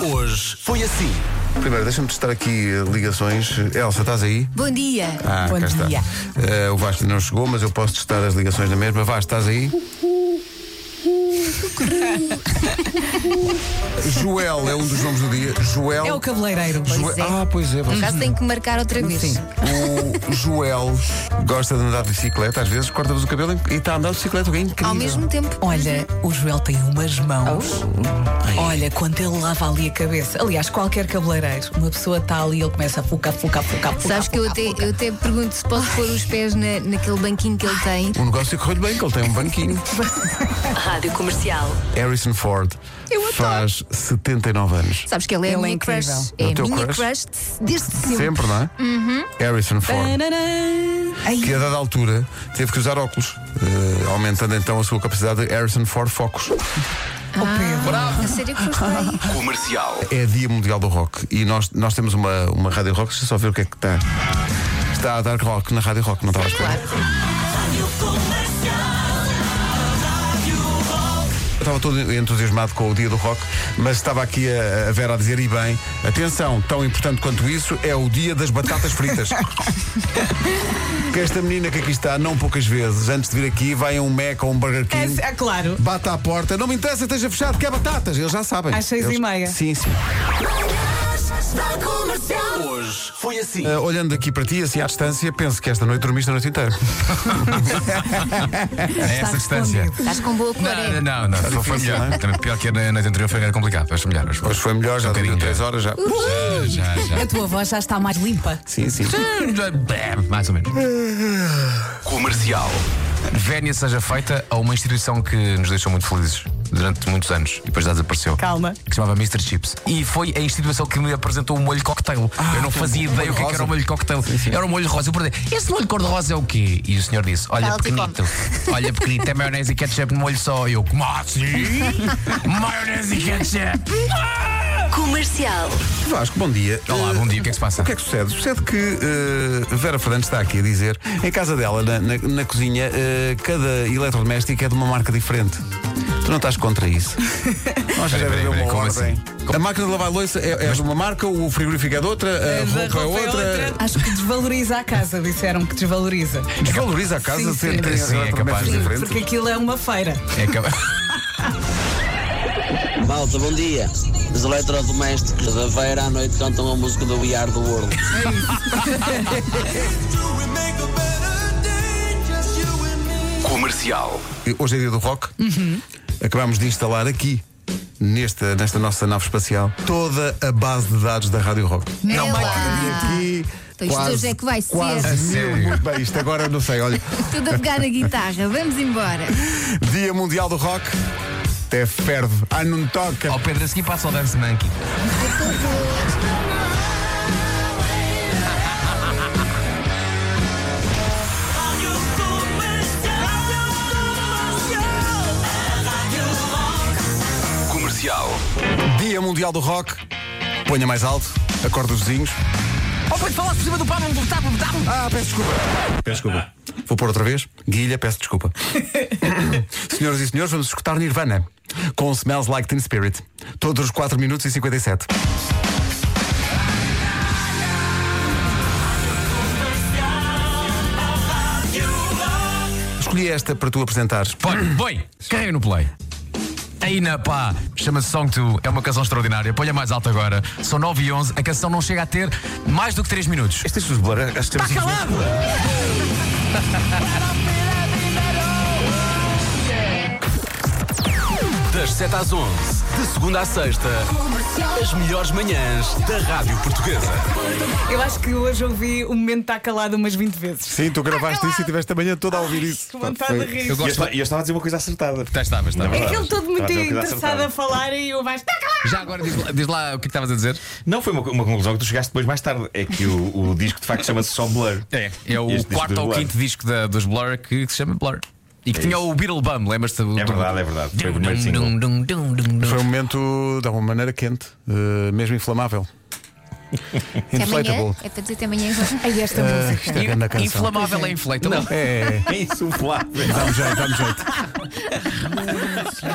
hoje foi assim. Primeiro, deixa-me testar aqui eh, ligações. Elsa, estás aí? Bom dia. Ah, Bom cá está. dia. Eh, o Vasco ainda não chegou, mas eu posso testar as ligações na mesma. Vasco, estás aí? Joel é um dos nomes do dia. Joel. É o cabeleireiro. Joel- Pois é. Ah, pois é. vocês- Caso tem que marcar outra vez. Sim. O Joel gosta de andar de bicicleta, às vezes corta-vos o cabelo e está a andar de bicicleta, o que é incrível. Ao mesmo tempo. Olha, o Joel tem umas mãos. Olha, quando ele lava ali a cabeça. Aliás, qualquer cabeleireiro, uma pessoa está ali e ele começa a fucar, fucar, fucar, fucar. Sabes que eu fucar, até, fucar. eu até pergunto se posso pôr os pés na, naquele banquinho que ele tem. O negócio correu bem, que ele tem um banquinho. Rádio Comercial. Harrison Ford faz 79 anos. Sabes que ele é Ele a é minha incrível. crush. É o É teu a minha crush? crush, de- desde sempre. Sempre, não é? Harrison Ford. Ai, Que a dada altura teve que usar óculos, eh, aumentando então a sua capacidade de Harrison Ford Focus. Ah. oh Pedro. A sério que foste aí? É Dia Mundial do Rock e nós, nós temos uma, uma Rádio Rock, deixa eu só ver o que é que está. Está a dar rock na Rádio Rock, não estava a esperar. Eu Estava todo entusiasmado com o dia do rock, mas estava aqui a, a Vera a dizer, e bem, atenção, tão importante quanto isso é o dia das batatas fritas. que esta menina que aqui está, não poucas vezes, antes de vir aqui, vai a um Mac ou um Burger King. É, é claro. Bata à porta, não me interessa, esteja fechado, quer batatas. Eles já sabem. Às seis e Eles- meia. Sim, sim. Ah, olhando aqui para ti, assim à distância, penso que esta noite dormiste a noite inteira. É essa distância. Estás com boa cor, é? Não, não, não. Foi, foi difícil, melhor. Pior que na noite anterior foi era complicado. Mas foi melhor. mas Hoje foi melhor, já Um dormiu bocadinho, 3 horas Uh. já. Já, já. É, A tua voz já está mais limpa. Sim, sim. Mais ou menos. Comercial. Vénia seja feita a uma instituição que nos deixou muito felizes durante muitos anos e depois já desapareceu. Calma. Que se chamava Mr. Chips. E foi a instituição que me apresentou o molho cocktail. Ah, eu não um fazia ideia o que, é que era o molho cocktail. Era um molho rosa. Eu perguntei, esse molho cor-de-rosa é o quê? E o senhor disse, olha Penalty pequenito, olha pequenito, é maionese e ketchup no molho só. E eu, como assim? maionese e ketchup? Comercial. Vasco, bom dia. Olá, bom dia, o que é que se passa? O que é que sucede? Sucede que eh, Vera Fernandes está aqui a dizer, em casa dela, na, na- na cozinha, eh, cada eletrodoméstico é de uma marca diferente. Tu não estás contra isso? Nós já Peraí, peraí, deve haver peraí, uma como ordem. A máquina de lavar louça é, é de uma marca, o frigorífico é de outra, a Da roupa, é outra. Acho que desvaloriza a casa, disseram que desvaloriza. Desvaloriza a casa Sim, de ter sim. três Sim, é eletrodomésticos capaz. Sim, diferentes. porque aquilo é uma feira. É que... Malta, bom dia. Os eletrodomésticos da Veira à noite cantam a música do We Are the World. Hoje é dia do rock. Uhum. Acabámos de instalar aqui, nesta, nesta nossa nave espacial, toda a base de dados da Rádio Rock. Não me E aqui. Então isto quase, hoje é que vai ser. quase A mil. sério? Muito bem, isto agora eu não sei. Olha, Tudo a pegar na guitarra. Vamos embora. Dia Mundial do Rock. Até ferve. Ah, não toca. Ó Pedro, a seguir passa o Dance Monkey. Dia Mundial do Rock. Ponha mais alto. Acorda os vizinhos. Oh, pois falaste por cima do Pablo, do Pablo, do Pablo. Ah, peço desculpa. Peço desculpa. Vou pôr outra vez. Guilha, peço desculpa. Senhoras e senhores, vamos escutar Nirvana com Smells Like Teen Spirit. Todos os 4 minutos e 57. Escolhi esta para tu apresentares. Põe, põe, carrega no play. Aí na pá, chama-se Song 2, é uma canção extraordinária. Põe-a mais alto agora. São 9 e 11, a canção não chega a ter mais do que 3 minutos. Tá Este é o Blur, acho que temos Calado! Das 7 às 11, de segunda à sexta, as melhores manhãs da Rádio Portuguesa. Eu acho que hoje ouvi o momento está calado umas 20 vezes. Sim, tu gravaste isso e tiveste a manhã toda a ouvir isso. Ah, Que vontade de rir. E eu, esta- e eu estava a dizer uma coisa acertada. Já estava, estava. É que ele todo muito Estás a dizer uma coisa interessado a acertada. falar e o vais. Tá calado! Já agora diz, lá- diz lá o que é que estavas a dizer. Não foi uma, uma conclusão que tu chegaste depois mais tarde. É que o, o disco de facto chama-se só Blur. É, é o Este disco quarto dos ou Blur. É quinto disco da- dos Blur que se chama Blur. E que tinha isso. o Beetle Bum, lembras-te? É verdade, é verdade. Foi o primeiro single. Foi um momento de alguma maneira quente, eh, mesmo inflamável. Até amanhã. Inflatable. É para dizer até amanhã. Ai, esta música. Isto é grande a canção. Inflamável é inflatável. É, é, é. É insuflável. dá-me jeito, dá-me jeito.